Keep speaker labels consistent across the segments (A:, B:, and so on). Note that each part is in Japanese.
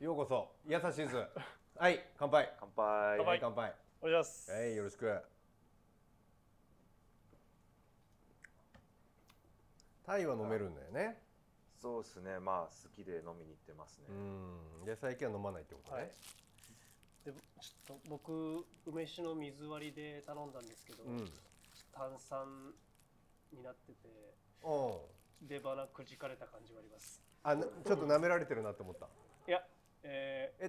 A: そう優しいですはい乾杯
B: 乾杯
C: 乾
A: は
C: 杯
A: い乾杯
C: お願いします。
A: はいよろしくタイは飲めるんだよね
B: そうですねまあ好きで飲みに行ってますね、
A: うんで最近は飲まないってことね、
C: はい。で、ちょっと僕梅酒の水割りで頼んだんですけど、
A: うん
C: 炭酸になってて
A: うん
C: 出鼻くじかれた感じがあります。
A: あなちょっと舐められてるなって思った
C: いや、え
A: え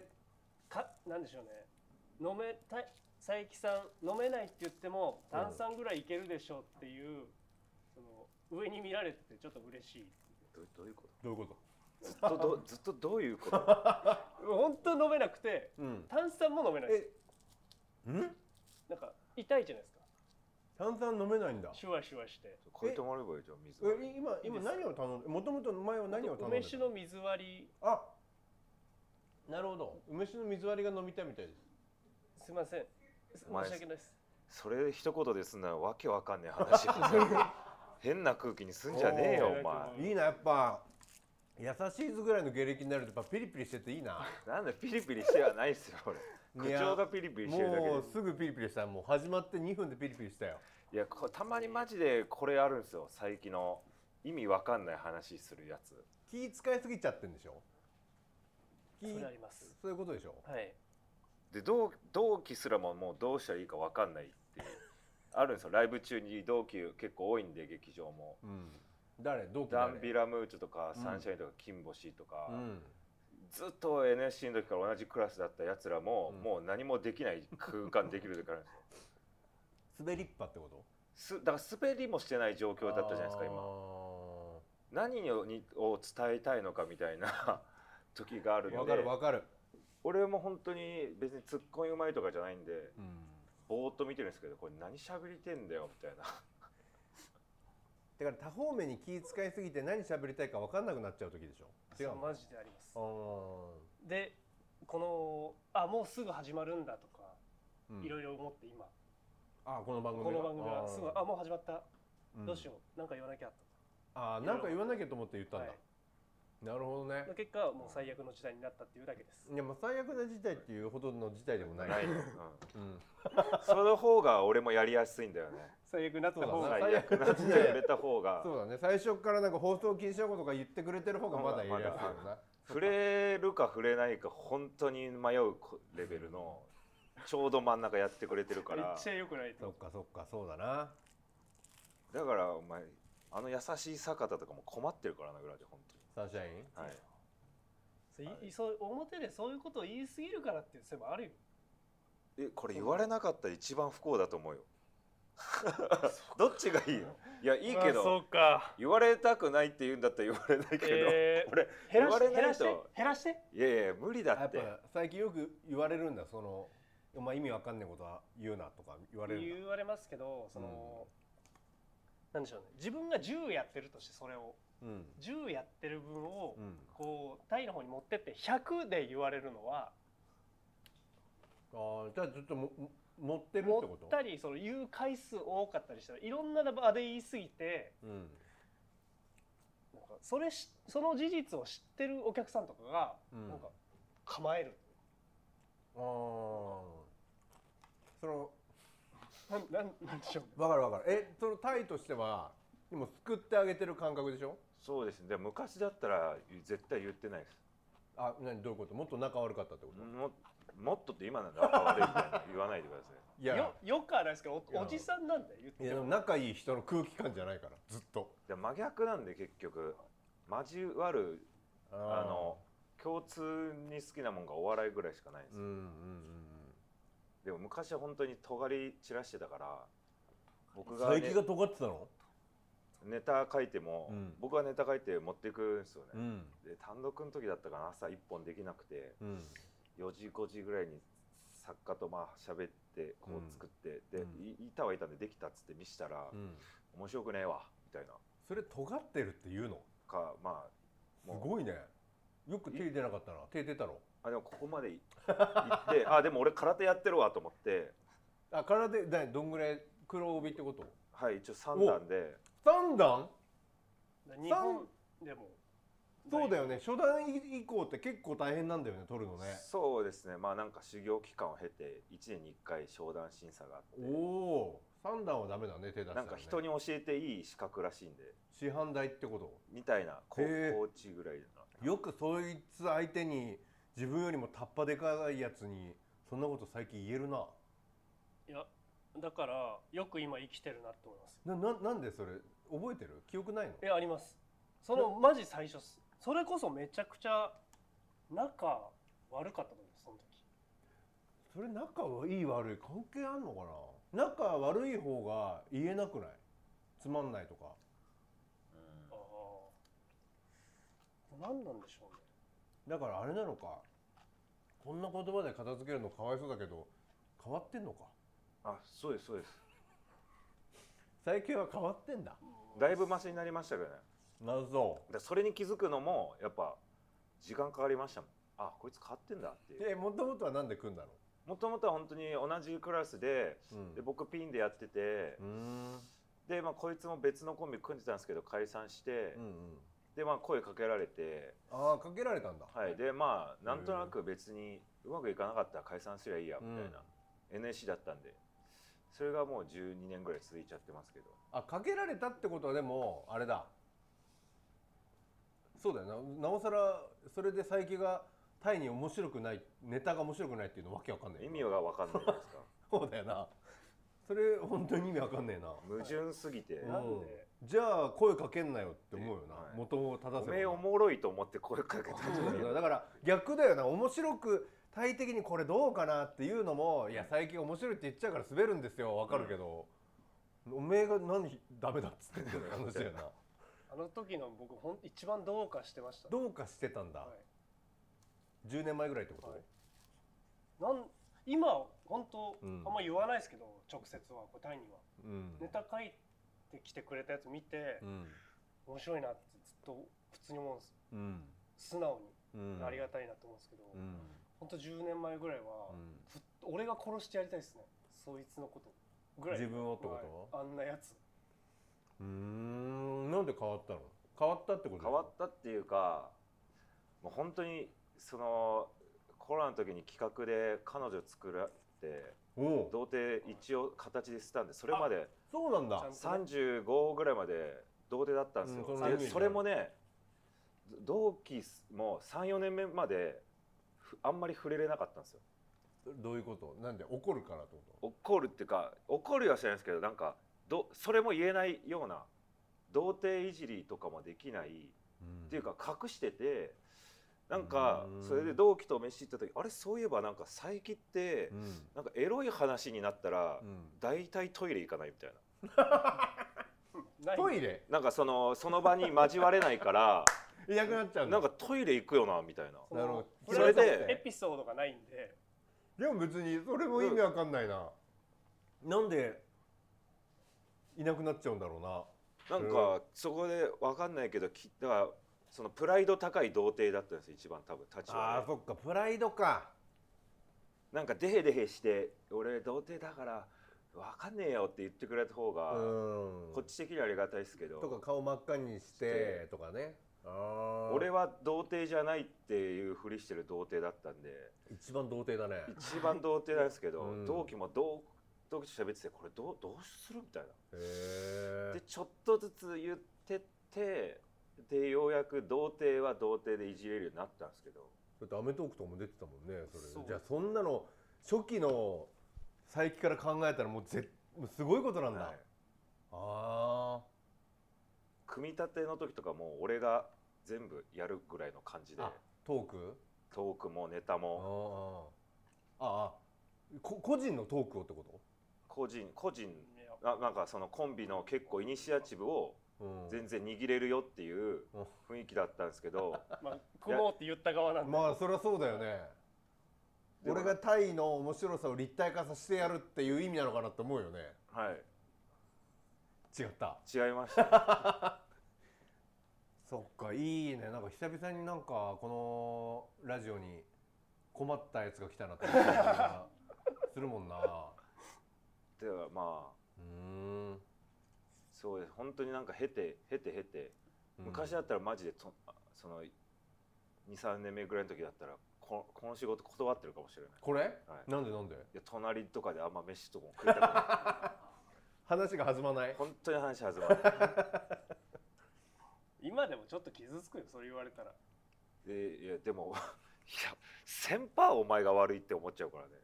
C: ー、かなんでしょうね。飲めたい佐伯さん飲めないって言っても炭酸ぐらいいけるでしょうっていう、その上に見られてちょっと嬉しい。
B: どどういうこ
A: どういうこと
B: とずっとど ずっとどういうこと
C: 本当飲めなくて
A: うん
C: 炭酸も飲めないです。
A: えうん
C: なんか痛いじゃないですか。
A: 炭酸飲めないんだ
C: シュワシュワして。
B: これ止まればいいじゃん水割り
A: え今今何を頼んでもともと前は何を頼んで
C: 梅
A: た
C: 酒の水割り
A: あなるほど梅酒の水割りが飲みたいみたいです
C: すいませんす申し
B: 前
C: 訳ないです
B: それ一言ですんならわけわかんねえ話 変な空気にすんじゃねえよお
C: お
B: 前
A: いいなやっぱ優しいずぐらいの芸歴になるとやっぱピリピリしてていいな
B: なんでピリピリしてはないっすよ俺
A: い
B: 口
A: や
B: 調がピリピリしてるだけで
A: もうすぐピリピリしたもう始まって2分でピリピリしたよ
B: いやこたまにマジでこれあるんですよ最近の意味わかんない話するやつ
A: 気使いすぎちゃってんでしょ気
C: それあります
A: そういうことでしょ
C: はい
B: で同同期すらももうどうしたらいいかわかんないっていうあるんですよライブ中に同期結構多いんで劇場も
A: うん誰同期
B: ダ
A: 誰
B: ンビラムーチョとかサンシャインとか金星とか、
A: うん
B: ずっと NSC の時から同じクラスだったやつらも、
A: うん
B: もう何もできない空間できる時あるんですよ
A: 滑りっぱってこと
B: すだから滑りもしてない状況だったじゃないですか今
A: 今
B: 何をにを伝えたいのかみたいな 時があるの
A: わ
B: で
A: かるわかる、
B: 俺も本当に別にツッコミうまいとかじゃないんでぼーっと見てるんですけどこれ何喋りてんだよみたいな
A: だから多方面に気使いすぎて何喋りたいか分かんなくなっちゃう時でしょ違う
C: そうマジであります
A: の
C: でこのあもうすぐ始まるんだとか
A: あーうん
C: いろいろ思って今
A: あこの番組
C: この番組はすぐあもう始まった
A: ん
C: どうしようなんか言わなきゃと
A: あーなんか言わなきゃと思って言ったんだ、
C: はい
A: なるほどね
C: の結果もう最悪の時代になったっていうだけです
A: いやまあ最悪な事態っていうほどの事態でもない、
B: ないの、う
A: う
B: ん、
A: ん、
B: その方が俺もやりやすいん だよね
C: 最悪になった方
A: そうだ
C: が
A: な
B: 最悪なってやれた方が
A: そうだね最初からなんか放送禁止用語とか言ってくれてる方がまだ言いやすいよな、
B: 触れるか触れないか本当に迷うレベルのちょうど真ん中やってくれてるか
C: めっ
B: ら
C: ちゃ良くない
A: そ
C: と
A: っかそっかそうだな
B: だからお前あの優しい坂田とかも困ってるからな裏で本
A: サンシャイン
B: 当に、はい、
C: そういいそう表でそういうことを言いすぎるからっていうせいもあるよ
B: えこれ言われなかったら一番不幸だと思うよ どっちがいいよいやいいけど、
C: そうか
B: 言われたくないって言うんだったら言われないけど、
C: えー
B: 俺
C: 減
B: 言
C: ら
B: わ
C: し
B: れ
C: て
B: ない
C: 減らし
B: と
C: て減らして
B: いやいや無理だ
A: や
B: っ
A: ってぱ最近よく言われるんだそのお前意味わかんねえことは言うなとか言われるんだ
C: 言われますけどその、なんでしょうね自分が10やってるとしてそれを
A: うん
C: 10やってる分を、
A: うん
C: こうタイの方に持ってって100で言われるのは
A: ああじゃあちょっともも持ってるって
C: 持
A: こ
C: っ
A: と
C: たりその言う回数多かったりしたらいろんな場で言い過ぎて
A: うん
C: なんかそれしその事実を知ってるお客さんとかが、
A: うん
C: なんか構える
A: ああその
C: なんなんなんでしょうね
A: わかるわかるえそのタイとしてはでも救ってあげてる感覚でしょ
B: そうですねでも昔だったら絶対言ってないです
A: あ何どういうこともっと仲悪かったってこと、
B: ももっとって今なんで仲悪いみたいな言わないでください
A: いや
C: よよくはないですけど
A: いや
C: おおじさんなんだよ言っ
A: い
C: て
A: やでも
C: も
A: 仲いい人の空気感じゃないからずっと
B: で真逆なんで結局交わる
A: あ
B: あの共通に好きなもんがお笑いぐらいしかないんです
A: うん
B: よ、
A: うんうん
B: でも昔は本当に尖り散らしてたから僕が,、
A: 最
B: ね
A: 近、が尖ってたの
B: ネタ書いても、
A: うん
B: 僕はネタ書いて持っていくんですよね、
A: うん
B: で単独の時だったかな朝1本できなくて
A: うん
B: 4時5時ぐらいに作家とまあ喋ってこう作って、
A: うん
B: で、い板はいたんでできたっつって見したら、
A: うん
B: 面白くねえわみたいな
A: それ尖ってるって言うの
B: かまあ
A: す
B: もう
A: ごいねよく手出なかったな手出たろ
B: あでもここまでい行ってあでも俺空手やってるわと思って
A: あ体でだどんぐらい黒帯ってこと
B: はい一応3段で
A: 三段
C: 日本でも
A: そうだよね初段以降って結構大変なんだよね取るのね
B: そうですねまあなんか修行期間を経て1年に1回商談審査があ
A: お
B: っ
A: お3段はダメだね手出した
B: て
A: ら
B: な
A: ね
B: んか人に教えていい資格らしいんで
A: 師範代ってこと
B: みたいなココ
A: へー
B: ーチぐらいだな
A: よくそいつ相手に自分よりもタッパでかいやつにそんなこと最近言えるない
C: やだからよく今生きてるなって思います
A: なななんでそれ覚えてる記憶ないの
C: いやありますそのマジ最初っすそれこそめちゃくちゃ仲悪かったと思います
A: そ
C: その時
A: れ仲はいい悪い関係あんのかな仲悪い方が言えなくないつまんないとか
C: ああ何なんでしょう
A: だ
C: ね
A: からあれなのかこんな言葉で片付けるのかわいそうだけど変わってんのか
B: あそうですそうです
A: 最近は変わってんだ
B: だいぶマシになりましたけどね
A: なるほ
B: でそれに気づくのもやっぱ時間かかりましたもんあこいつ変わってんだっていう
A: えもともとはなんで組んだの
B: もともとは本当に同じクラスで
A: うん
B: で僕ピンでやってて
A: うーん
B: で、まあ、こいつも別のコンビ組んでたんですけど解散して
A: うんうん
B: で、まあ、声かけられて、
A: ああかけられたんだ
B: はい、でまあなんとなく別にうまくいかなかったら解散すりゃいいやみたいな、NSC だったんでそれがもう12年ぐらい続いちゃってますけど
A: あかけられたってことはでもあれだそうだよななおさらそれで佐伯がタイに面白くないネタが面白くないっていうのわけわかんないよな
B: 意味が分かんないじゃない ですか
A: そうだよなそれ本当に意味わかんねえな
B: 矛盾すぎて、
A: うん
C: なんで
A: じゃあ声かけんなよって思うよな、
B: はい
A: 元を正
B: お
A: せば
B: めえおもろいと思って声かけたんじゃない
A: そうだよなだから逆だよな面白く体的にこれどうかなっていうのもいや最近面白いって言っちゃうから滑るんですよわかるけど、おめえが何ダメだっつってんだよ話だよ な
C: あの時の僕ほん一番どうかしてましたね
A: どうかしてたんだ、
C: はい
A: 10年前ぐらいってこと、
C: はいなん今本当、
A: うん
C: あんま言わないですけど直接は答えには
A: うん
C: ネタ書いてきてくれたやつ見て
A: う、ん
C: 面白いなってずっと普通に思うんです
A: うん
C: 素直
A: うん
C: にありがたいなと思うんですけど、
A: うん
C: ほんと10年前ぐらいは、ふっ俺が殺してやりたいですねそいつのことぐらい
A: 自分をってこと
C: はいあんなやつ
A: うんうんなんで変わったの変わったってこと
B: 変わったっていうかもう本当にそのコロナの時に企画で彼女作られて
A: おう
B: 童貞一応形で捨てたんでそれまで
A: そうなんだ
C: ちゃん
B: 35ぐらいまで童貞だったんですよ
A: うんその、
B: で
A: イメージ
B: それもね同期も34年目までふあんまり触れれなかったんですよ
A: どういうことなんで怒るからってこ
B: 怒るっていうか怒るはしないですけどなんかどそれも言えないような童貞いじりとかもできない
A: と、
B: っていう
A: か
B: か隠しててなんか
A: うん
B: それで同期と飯行った時あれそういえばなんか佐伯って
A: うん
B: なんかエロい話になったら
A: うん
B: 大体トイレ行かないみたい
C: ない
A: トイレ
B: ななんかそのその場に交われないから
A: いなくなっちゃうんだ
B: なんかトイレ行くよなみたいな
C: その
A: なるほど
C: プライベート
B: それ
A: で
C: エピソードがないんで
A: でも別にそれも意味わかんないな、なんでいなくなっちゃうんだろうな
B: なんかそこで分かんないけどきだからそのプライド高い童貞だったんですよ一番多分立
A: あー
B: 場
A: そっかプライドか
B: なんかデヘデヘして俺童貞だから分かんねえよって言ってくれた方
A: う
B: が
A: ん
B: こっち的にはありがたいですけど
A: とか顔真っ赤にしてとかねあー
B: 俺は童貞じゃないっていうふりしてる童貞だったんで
A: 一番童貞だ ね
B: 一番童貞なんですけど、
A: うん
B: 同期も同同期と喋っててこれどうどうするみたい
A: へ
B: なで
A: え
B: ちょっとずつ言ってってでようやく童貞は童貞でいじれるようになったんですけど
A: だって『アメトーーク』とかも出てたもんねそれ
C: そう
A: じゃあそんなの初期の最近から考えたらもうぜもうすごいことなんだ、
B: はい
A: ああ
B: 組み立ての時とかもう俺が全部やるぐらいの感じで
A: あトーク
B: トークもネタ
A: あ
B: も
A: ーあーこ個人のトークをってこと
B: 個人個人
C: いや
B: ななんかそのコンビの結構イニシアチブを
A: うん
B: 全然握れるよっていう
A: うん
B: 雰囲気だったんですけど。
C: まあ 組もうって言った側なんで、
A: まあそりゃそうだよね
B: でも
A: 俺がタイの面白さを立体化させてやるっていう意味なのかなって思うよね
B: はい
A: 違った
B: 違いました。
A: そっかいいねなんか久々になんかこのラジオに困ったやつが来たなって感じがするもんな
B: ではまあ
A: うーん
B: そうです本当になんか経て経て経て昔だったらマジでとその23年目ぐらいの時だったらここの仕事断ってるかもしれない
A: これ、
B: はい
A: なんでなんで
B: いや隣とかであんま飯とかも食いたくない
A: 話が弾ま ない
B: 本当に話弾まない
C: 今でもちょっと傷つくよそれ言われたら
B: でいやでも いや先輩お前が悪いって思っちゃうからね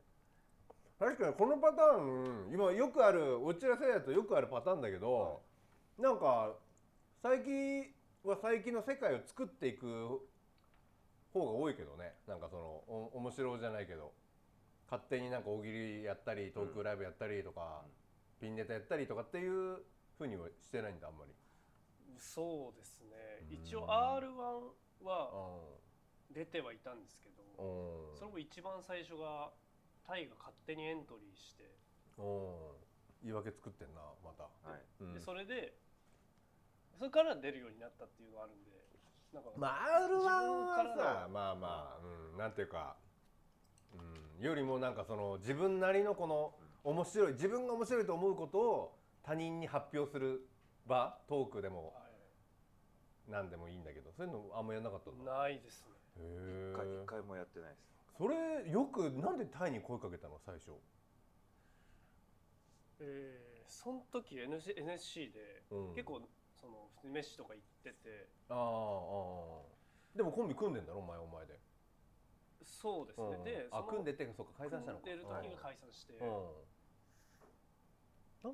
A: 確かにこのパターン今よくあるおちらせやとよくあるパターンだけど、なんか最近は最近の世界を作っていく方が多いけどねなんかそのお面白じゃないけど勝手になんか大喜利やったりトークライブやったりとか、ピンネタやったりとかっていうふうにはしてないんだあんまり。
C: そうですね
A: うん
C: 一応 R1 は出てはいたんですけど
A: うんうん
C: それも一番最初がタイが勝手にエントリーして
A: うん言い訳作ってんなまた。
B: はい
A: うん
C: でそれでそれから出るようになったっていうのがあるんでなんか
A: まあ R1 は
C: 自分から
A: さまあまあ、うん、なんていうか、うん、よりもなんかその自分なりのこの面白い自分が面白いと思うことを他人に発表する場トークでも
C: は
A: 何でもいいんだけどそういうのあんまやんなかったんだ
C: いないですね
A: へえ
B: 一回一回もやってないです
A: それよくなんでタイに声かけたの最初
C: えーその時 NC NSC で
A: うん
C: 結構その普通に飯とか行ってて
A: ああああでもコンビ組んでんだろお前お前で
C: そうですね、
A: うん
C: でそ
A: あ
C: の
A: 組んでてそうか解散したのか
C: 組んでる時が解散して、
A: うん
C: だ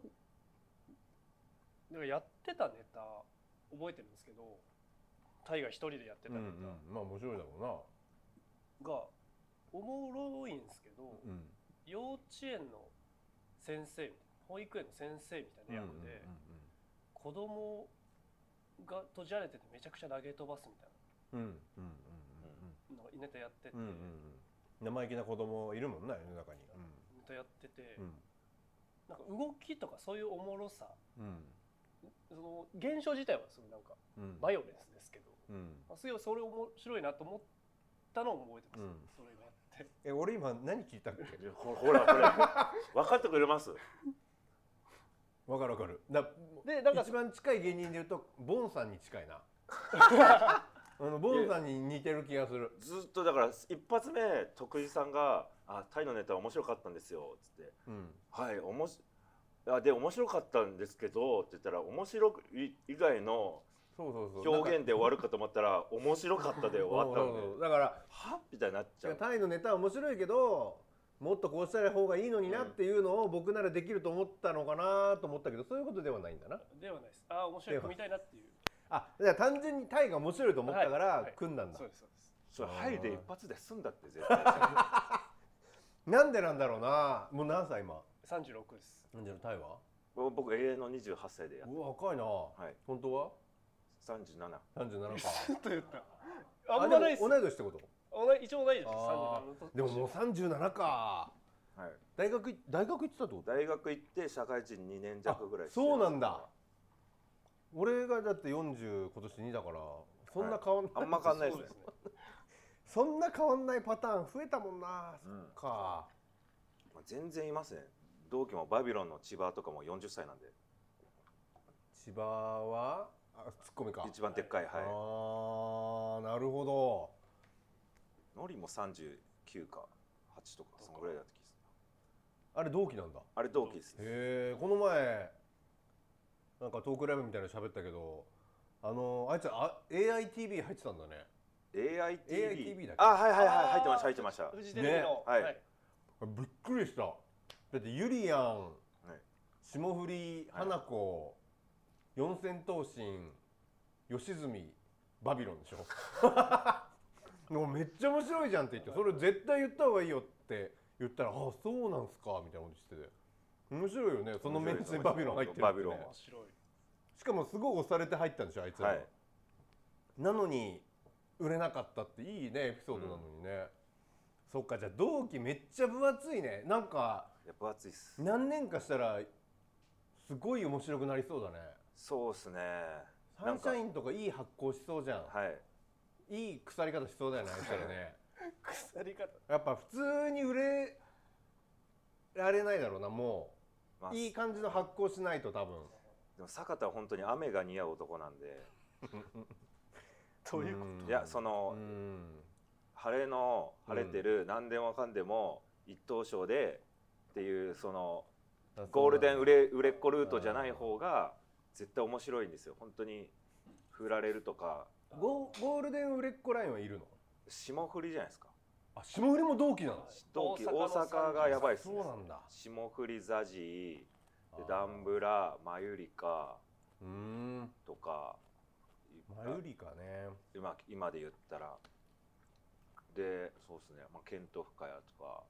C: からやってたネタ覚えてるんですけどタイが一人でやってた
A: うんう
C: ネ
A: んうんまあ面白いだろ
C: タがおもろいんですけど、
A: うなうん
C: 幼稚園の先生みたいな保育園の先生みたいな役で、子供がとじゃれててめちゃくちゃ投げ飛ばすみたい
A: うんうんうんうんうん
C: なのがネタやってて、
A: うんうんうんうん生意気な子供いるもんな世の中に
C: ネタやってて、
A: うん
C: なんか動きとかそういうおもろさ
A: うん
C: その現象自体はすごいなんか
A: うん
C: バイオレンスですけど、
A: うん
C: あすごいそれ面白いなと思ったのを覚えてます、
A: うん
C: それがやって
A: え俺今何聞いたっけ
B: いやほほらほら 分かってくれます
A: わかるわかるだ
C: でなんか
A: 一番近い芸人で言うとボンさんに近い なあのボンさんに似てる気がする
B: ずっとだから一発目徳井さんが「あタイのネタ面白かったんですよ」っつって
A: うん
B: 「はいおもしあで面白かったんですけど」って言ったら「面白くい以外の
A: そうそうそう
B: 表現で終わるかと思ったら「面白かった」で終わっ た
A: そうそうそ
B: の
A: う
B: で
A: だから
B: 「はみたいになっちゃう
A: タイのネタは面白いけどもっとこうした方がいいのになっていうのを僕ならできると思ったのかなと思ったけどそういうことではないんだな
C: ではないですああ面白い組みたいなっていう
A: あじゃあ単純にタイが面白いと思ったか
C: はいは
A: ら
C: い
A: 組んだんだ、
C: そうですそうです
B: それ
A: あー
B: はい」で一発で済んだって絶対
A: なんでなんだろうなもう何歳今
C: 36です
A: なんじゃタイは
B: 僕永遠の28歳でやっ
A: うわ若いな、
B: い
A: 本当は
B: 37
A: 37か
C: ずっと言ったあんまないっす
A: でも同い年ってこと
C: 同い一応同い年です
A: あ
C: 37
A: でももう37か
B: はい
A: 大学い大学行ってたってこと
B: 大学行って社会人2年弱ぐらいして
A: そうなんだ俺がだって40今年2だからそんな変わんない、
B: あんま変わんないで
C: そ
B: す
C: う
B: ね
C: ですね
A: そんな変わんないパターン増えたもんな、
B: うん
A: そっか
B: まあ全然いますね同期もバビロンの千葉とかも40歳なんで
A: 千葉はあツッコミか
B: 一番でっかいはい
A: ああなるほど
B: ノリも39か8とかそのぐらいだった気がする
A: あれ同期なんだ
B: あれ同期ですね
A: へえこの前なんかトークライブみたいなの喋ったけどあのあいつあ AITV 入ってたんだね AITV
B: AITV
A: だっけ
B: あはいはいはい入ってま
C: あ
B: した
C: ー
B: 入ってました
C: フジテレビの、
B: ねはい
A: びっくりしただってゆりやん
B: はい
A: 霜降り花子、四千頭身吉住バビロンでしょ もうめっちゃ面白いじゃんって言ってそれ絶対言った方がいいよって言ったらあそうなんすかみたいなことしてて面白いよねそのメンツにバビロン入ってるって、ね、
B: バビロンは
C: 面白い
A: しかもすごい押されて入ったんでしょあいつら、
B: はい
A: なのに売れなかったっていいねエピソードなのにね、そっかじゃあ同期めっちゃ分厚いねなんか
B: やっぱ熱いっす
A: 何年かしたらすごい面白くなりそうだね
B: そうっすね
A: サンシャイ
B: ン
A: ンとかいい発酵しそうじゃん、
B: はい
A: い、い腐り方しそうだよねあいつらね
C: 腐り方
A: やっぱ普通に売れられないだろうなも
B: まあ
A: ういい感じの発酵しないと多分
B: でも坂田は本当に雨が似合う男なんで
C: どういうこ
A: ん
B: いやその
A: うん
B: 晴れの晴れてる何でもわかんでも一等賞でっていうそのゴールデン売れ売れっ子ルートじゃない方が絶対面白いんですよ本当に振られるとか
A: ゴゴールデン売れっ子ラインはいるの
B: 霜降りじゃないですか
A: あ霜降りも同期なの
B: 同期
C: 大
B: 大
C: 阪の
B: 阪がやばいですね
A: そうなんだ
B: 霜降りザジーでダン
A: ル
B: ブラマユリカ
A: うーん
B: とか
A: マユリカね
B: 今今で言ったらでそうですね、まあ、ケント・フカヤとか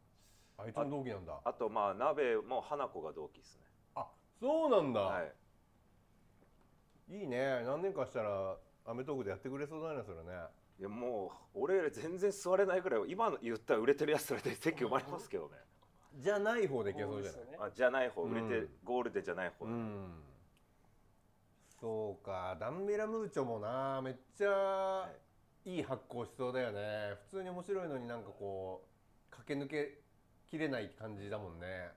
A: あいつも同期なんだ
B: あとまあ鍋も花子が同期ですね
A: あそうなんだ、
B: はい
A: い、いね何年かしたらアメトークでやってくれそうだねそれね
B: いやもう俺ら全然座れないぐらい今の言ったら売れてるやつそれで席埋まりますけどね
A: じゃない方
C: と
A: でいけそうじゃない
C: 多ですよね
B: あじゃない方売れて、
A: うん
B: ゴールデンじゃない方、
A: うんそうかダンベラムーチョもなめっち
B: は
A: ゃ
B: い
A: いい発酵しそうだよね普通に面白いのになんかこう駆け抜けきれない感じだもんね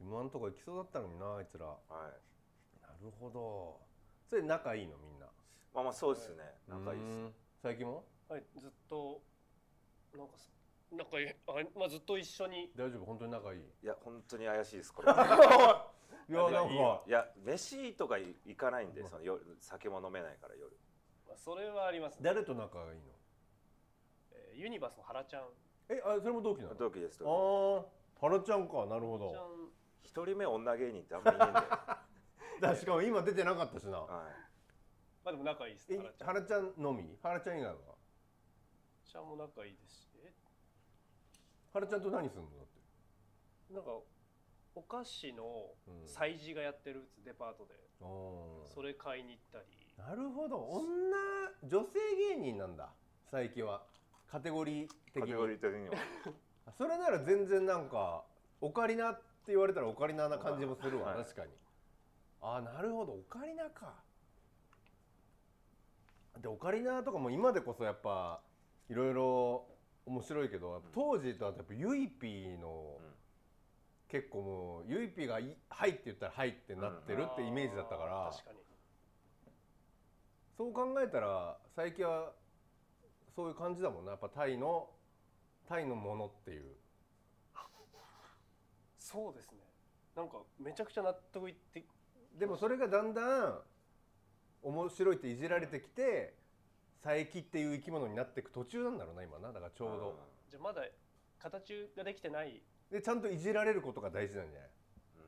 A: 今のとこ行きそうだったのになあいつらな
B: はい、
A: るほどそれ仲いいのみんな
B: まあまあそうですね仲いいです
A: う
B: ね
A: ん最近も
C: はい、ずっとなんかすなんかえあまあずっと一緒に
A: 大丈夫本当に仲いい
B: いや本当に怪しいですこれ
A: い
B: い
A: やなんか
B: や飯とか行かないんでその夜酒も飲めないから夜
C: まあそれはありますね。
A: 誰と仲がいいの
C: えーユニバースの原ちゃん。
A: えあそれも同期なの
B: 同期です同
A: あ
B: 期
A: あ原ちゃんかなるほ
C: ちゃ
A: ど
C: ん
B: 一人目女芸人ってあんまりいない んで、
A: だしかも今出てなかったしな
B: は
C: まあでも仲いいです。
A: え
C: 原ちゃ
A: 原
C: ん。
A: ちゃんのみ原ちゃん以外は
C: ちゃんも仲いいですし、え
A: 原ちゃんと何するのだって
C: なんかお菓子の
A: うん
C: 催事がやってるんですデパートで、
A: あー
C: それ買いに行ったり。
A: なるほど女女性芸人なんだ佐伯はカテゴリー
B: い、
A: 的
B: カテゴリ
A: に
B: ー的には
A: あそれなら全然なんかオカリナって言われたらオカリナな感じもするわ、
B: はい
A: 確かにあーなるほどオカリナかでオカリナとかも今でこそやっぱいろいろ面白いけど当時とはやっぱゆいぴーの、
B: うん
A: 結構もうゆいぴーがい「はい」って言ったら「はい」ってなってるってイメージだったから、
C: あー確かに。
A: そう考えたら最近はそういう感じだもんなやっぱタイのタイのものっていう
C: そうですね。なんかめちゃくちゃ納得いって
A: でもそれがだんだん面白いっていじられてきて佐伯っていう生き物になっていく途中なんだろうな今なだからちょうど、
C: じゃあまだ形ができてない。
A: でちゃんといじられることが大事なんじゃない、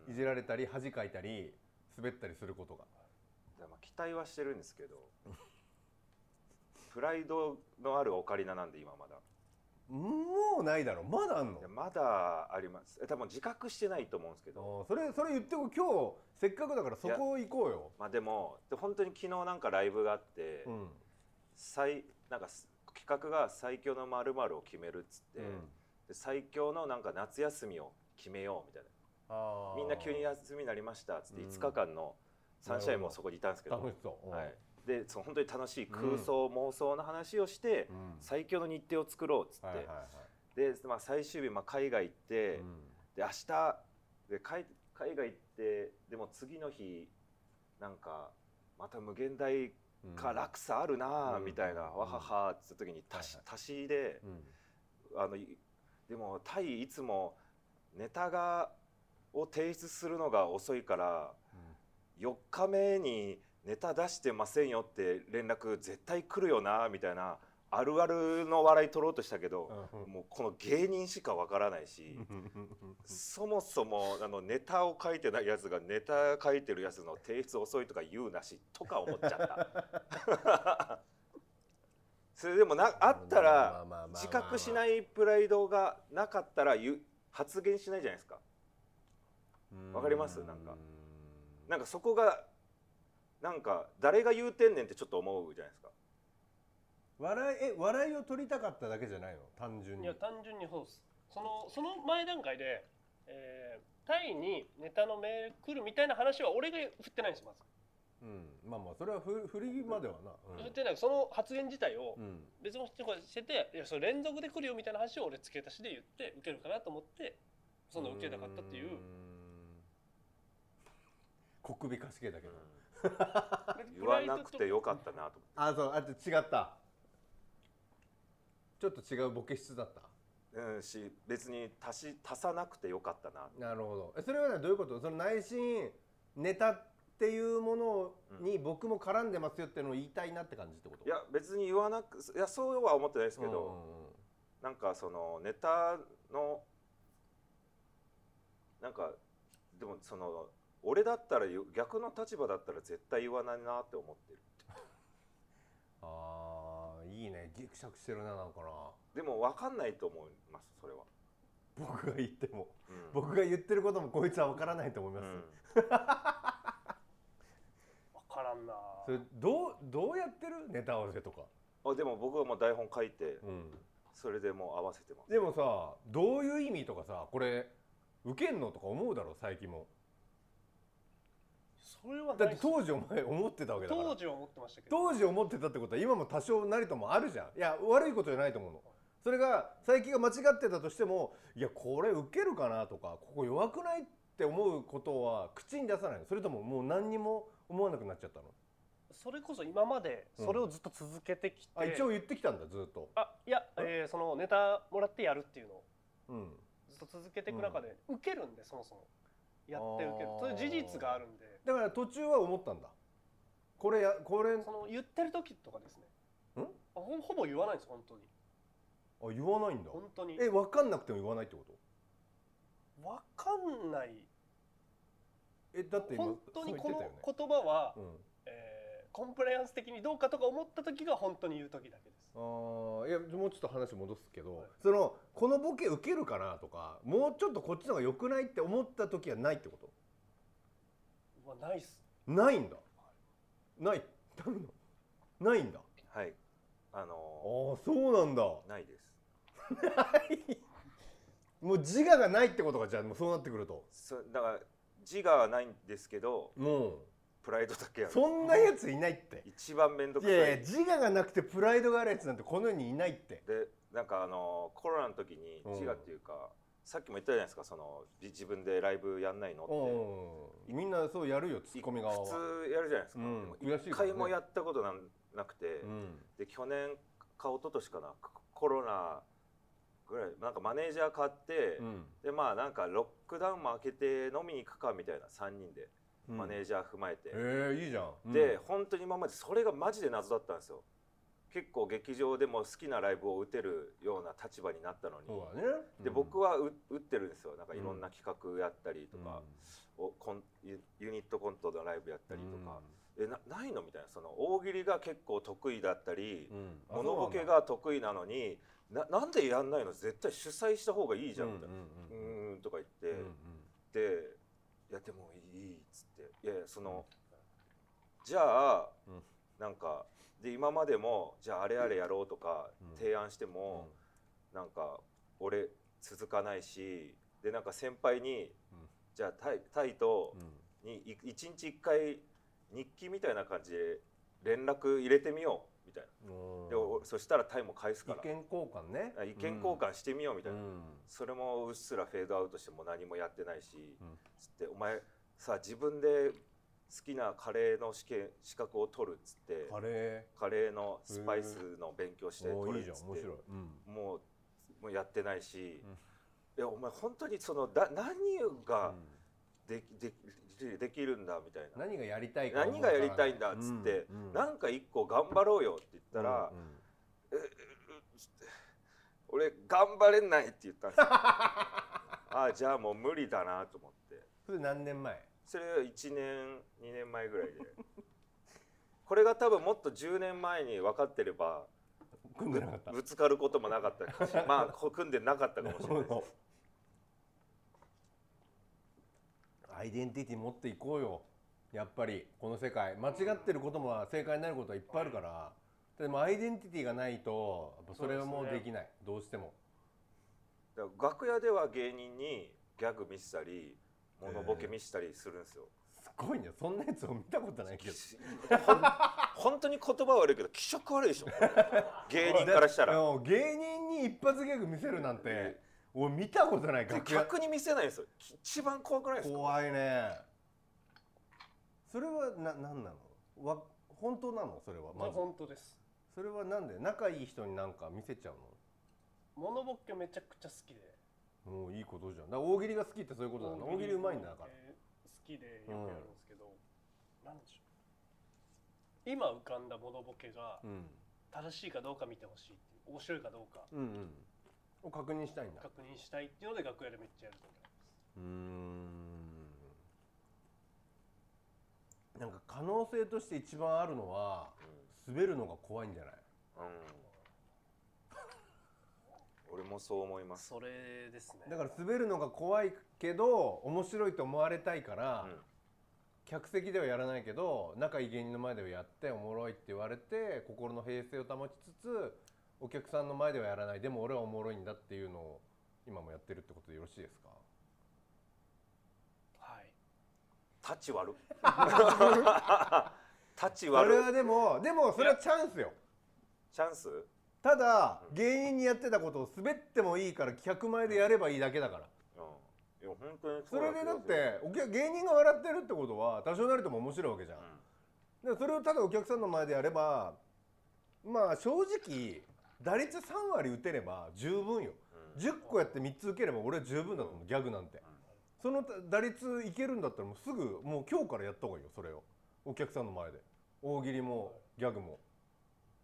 B: うん
A: いじられたり恥かいたり滑ったりすることが
B: でまあ期待はしてるんですけどプライドのあるオカリナなんで今まだ
A: もうないだろうまだあんの
B: いやまだありますえ多分自覚してないと思うんですけど
A: あーそれそれ言ってこ今日せっかくだからそこ行こうよ、
B: まあでもで本当に昨日なんかライブがあって、
A: うん
B: 最なんかす企画が最強のまるを決めるっつって、
A: うん
B: で最強のなんか夏休みを決めようみたい
A: あー
B: なみんな急に休みになりましたっつって
A: うん
B: 5日間の3試合もそこにいたんですけど
A: 楽しそう、うん
B: はい、でその本当に楽しい空想、妄想の話をして、
A: うん
B: 最強の日程を作ろうっつって、
A: はいはいはい
B: で、まあ、最終日、まあ、海外行って、で明日で海海外行ってでも次の日なんかまた無限大
A: うん
B: か落差あるなあ
A: うん
B: みたいな、
A: うん
B: わははって言った時に足し,、
A: はい
B: 足しで
A: うん
B: あのいでもタイいつもネタがを提出するのが遅いから4日目にネタ出してませんよって連絡絶対来るよなみたいなあるあるの笑い取ろうとしたけど、
A: う
B: もうこの芸人しかわからないし。
A: ん
B: そもそもあのネタを書いてないやつがネタ書いてるやつの提出遅いとか言うなしとか思っちゃった。 それでもなあった
A: まあまあまあ
B: ら
A: まあまあ
B: 自覚しないプライドがなかったら言う発言しないじゃないですか。わかりますなんかなんかそこがなんか誰が言うてんねんってちょっと思うじゃないですか。
A: 笑いえ笑いを取りたかっただけじゃないの単純
C: い
A: に
C: や単純にそうです。そのその前段階で、えータイにネタのメール来るみたいな話は俺が振ってないんですまず。
A: うんまあまあそれはふ振りまではな
C: 振ってないその発言自体を
A: うんうん
C: 別の人がしてていやそれ連続で来るよみたいな話を俺付け足しで言って受けるかなと思ってそんな受けなかったってい
A: ー
C: う
A: ん小首かしげだけど
B: う言わなくてよかったなと思
A: あそうあと違ったちょっと違うボケ質だった
B: って、うん、し別に足し足さなくてよかったな
A: なるほどえそれはねどういうことその内心ネタっていうものに僕も絡んでますよっていうのを言いたいなって感じってこと
B: いや別に言わなくいやそうは思ってないですけど、なんかそのネタのなんかでもその俺だったら言う逆の立場だったら絶対言わないなって思ってる
A: ああーいいねギクシャクしてるななんかな
B: でも分かんないと思いますそれは、
A: 僕が言っても
B: うん
A: 僕が言ってることもこいつは分からないと思います、
B: うん
C: わからんな
A: それどうどうやってるネタ合わせとか、
B: あでも僕はもう台本書いて
A: うん、
B: それでもう合わせてます
A: でもさどういう意味とかさこれ受けんのとか思うだろ最近も
C: それは
A: だ
C: な
A: って
C: いっす
A: 当時お前思ってたわけだから
C: 当時は思ってましたけど
A: 当時思ってたってことは今も多少なりともあるじゃんいや悪いことじゃないと思うのそれが最近が間違ってたとしてもいやこれ受けるかなとかここ弱くないって思うことは口に出さないのそれとももう何にも思わなくなっちゃったの
C: それこそ今までそれをずっと続けてきて、
A: あ一応言ってきたんだずっと
C: あいや、えーそのネタもらってやるっていうのを
A: うん
C: ずっと続けていく中で、受けるんでそもそもやって受ける
A: あー
C: そういう事実があるんで
A: だから途中は思ったんだこれやこれあ
C: その言ってる時とかですね
A: ん
C: あほほぼ言わないんです本当に
A: 言わないんだ
C: 本当に
A: え分かんなくても言わないってこと
C: わかんない
A: えだって今
C: 本当に
A: そ
C: こ
A: う
C: の
A: 言ってたよね
C: 言葉は、
A: うん
C: えーコンプライアンス的にどうかとか思った時が本当に言う時だけです
A: あーいやもうちょっと話戻すけど、
C: はい
A: そのこのボケ受けるかなとかもうちょっとこっちの方が良くないって思った時はないってこと
C: うわないっす
A: ないんだないないのないんだあ
B: はいあ
A: あ
B: の
A: ーそうなんだ
B: ーないです
A: もう自我がないってことがじゃあもうそうなってくると
B: そだから自我はないんですけど
A: も
B: プライドだけ
A: う
B: ある
A: そんなやついないって
B: 一番面倒
A: い
B: くさい
A: やいや自我がなくてプライドがあるやつなんてこの世にいないって
B: でなんかあのコロナの時に
A: うん
B: 自我っていうか、さっきも言ったじゃないですかそのじ自分でライブやんないの
A: うんうん
B: っ
A: うんみんなそうやるよツ
B: て
A: ッコミ側は
B: 普通やるじゃないですか、
A: うん
B: でも
A: 悔しい
B: 一
A: からね
B: 回もやったことなんなくて、
A: うん
B: で去年か一昨年かなココロナぐらいなんかマネージャー買って、
A: うん
B: でまあなんかロックダウンも明けて飲みに行くかみたいな3人で
A: うん
B: マネージャー踏まえて、
A: えーいいじゃんうん
B: で本当に今までそれがマジで謎だったんですよ結構劇場でも好きなライブを打てるような立場になったのに、
A: そうだね
B: で
A: うん
B: 僕はう打ってるんですよなんかいろんな企画やったりとか、おコンユユニットコントのライブやったりとか、えなないのみたいなその大喜利が結構得意だったり
A: う、ん、うんあ
B: 物ボケ
A: そう
B: が得意なのにななんでやんないの絶対主催した方がいいじゃん
A: な
B: み
A: んだ
B: たいな
A: うん
B: 「う
A: うんうん
B: ーん」とか言って、
A: うんうん
B: で「いやでもいい」っつって「いやいやそのじゃあ、
A: うん
B: なんかで今までもじゃああれあれやろう」とか
A: うん
B: 提案しても。なんか俺続かないしでなんか先輩に、
A: うん
B: じゃあタイタイと
A: うん
B: にい一日一回日記みたいな感じで連絡入れてみようみたい
A: うん
B: なでおそしたらタイも返す
A: 意
B: から
A: 見交換ね
B: あ意見交換してみようみたいな、
A: うん
B: それもうっすらフェードアウトしても何もやってないし、
A: うん
B: つってお前さ自分で好きなカレーの試験資格を取るっつって
A: カレ
B: カレーのスパイスの勉強して
A: ーおーい
B: 取る
A: い
B: っ
A: じ
B: つ
A: ゃん
B: っ
A: 面
B: て
A: 白い、うん
B: もうもうやってないし、
A: うん
B: いやお前本当にそのだ何ができできできるんだみたいな
A: 何がやりたいか
B: 何がやりたいんだっつって、なんか一個頑張ろうよって言ったら、俺頑張れないって言ったんですよ ああじゃあもう無理だなと思って
A: それ何年前
B: それは1年2年前ぐらいでこれが多分もっと10年前に分かってれば
A: 組んでなかった
B: ぶつかることもなかっ たしまあこ組んでなかったかもしれないです
A: アイデンティティ持っていこうよやっぱりこの世界間違ってることも正解になることはいっぱいあるからでもアイデンティティがないとやっぱそれはもうできないどうしても
B: だから楽屋では芸人にギャグ見せたりモノボケ見せたりするんですよ、
A: すごいねそんなやつを見たことないけど
B: ほん本当に言葉悪いけど気色悪いでしょ芸人からしたら
A: でも芸人に一発ギャグ見せるなんて俺見たことない
B: で
A: 楽屋
B: 逆に見せないんですよき一番怖くないですか
A: 怖いねそれはな何なのわ本当なのそれは
C: こ
A: ま
C: れ
A: ず
C: 本当です
A: それはなんで仲いい人になんか見せちゃう
C: モノボッケめちゃくちゃ好きで
A: のもういいことじゃんだから大喜利が好きってそういうことだな大喜利うまいんだだから、
C: えー好きでよくやるんですけど、なんでしょう今浮かんだモノボケが
A: うん、
C: 正しいかどうか見てほしいっていう面白いかどうか
A: うんうんを確認したいんだ
C: 確認したいっていうので楽屋でめっちゃやると思います
A: うーんなんか可能性として一番あるのは滑るのが怖いんじゃない
B: うん、うん、俺もそう思います。
C: それですね
A: だから滑るのが怖いけど面白いと思われたいから、
B: うん
A: 客席ではやらないけど仲いい芸人の前ではやっておもろいって言われて心の平静を保ちつつお客さんの前ではやらないでも俺はおもろいんだっていうのを今もやってるってことでよろしいですか
C: はい
B: タチ 割る。タチ
A: そ
B: 割
A: れ
B: る。
A: はでもでもそれはチャンスよ
B: チャンス？
A: ただ
B: うん
A: 芸人にやってたことを滑ってもいいから企画前でやればいいだけだから
B: うん。いや本当に
A: それでだっ
B: 気がする
A: てお客芸人が笑ってるってことは多少なりとも面白いわけじゃんでそれをただお客さんの前でやればまあ正直打率3割打てれば十分よ
B: うん。
A: 10個やって3つ受ければ俺は十分だと思うギャグなんてその打率いけるんだったらもうすぐもう今日からやった方がいいよそれをお客さんの前で大喜利もギャグも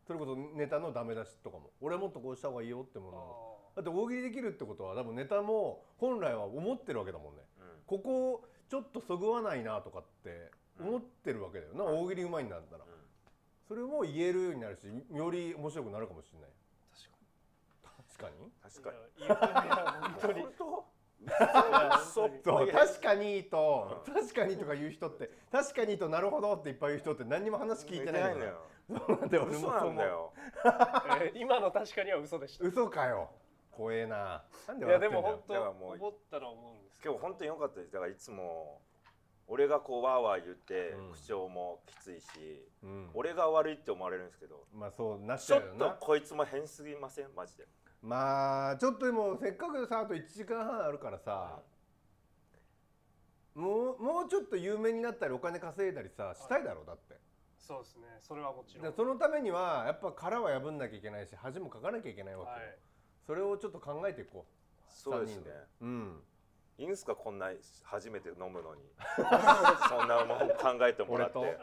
A: それこそネタのダメ出しとかも俺はもっとこうした方がいいよってものをだって大喜利できるってことは多分ネタも本来は思ってるわけだもんね
B: うんうん
A: ここちょっとそぐわないなとかって思ってるわけだよな、
B: うん
A: 大喜利うまいんだったら、
B: うん
A: それも言えるようになるしより面白くなるかもしれない
C: 確か
A: 確かに
B: 確かに。
C: にいやいやいや本当に
B: 嘘
C: 本
A: そう
B: いや
A: 確かにと
B: う
A: 確かにとか言う人って確かにとなるほどっていっぱい言う人って何にも話聞いてないんだよ。そうなんだよ俺も
B: 嘘
A: そう
B: な
A: 思うん
B: だよ。
C: えー 今の確かには嘘でしたい
A: 嘘かよ怖えななんで
C: や
A: 笑って
C: で
A: んだよ
B: だか
C: も本当
B: らもう
C: 思ったら思うんですけ
B: 今
C: ど
B: 日本当に良かったです。だからいつも俺がこうわーわー言って
A: うん
B: 口調もきついし、
A: うん、
B: 俺が悪いって思われるんですけど、
A: まあそうなっち
B: ちょ
A: ゃ
B: っ
A: うよ
B: と
A: な
B: こいつも変すぎませんマジで。
A: まあちょっとでもせっかくさあと1時間半あるからさ、もうもうちょっと有名になったりお金稼いだりさしたいだろうだって
C: そうですねそれはもちろ
A: で
C: ん
A: そのためにはやっぱ殻は破んなきゃいけないし恥もかかなきゃいけないわけよ、
C: はい
A: それをちょっと考えていこう
B: そうです
A: 三
B: ね
A: 人。うん
B: いいんすかこんな初めて飲むのにそんなもん考えてもらって
A: 俺と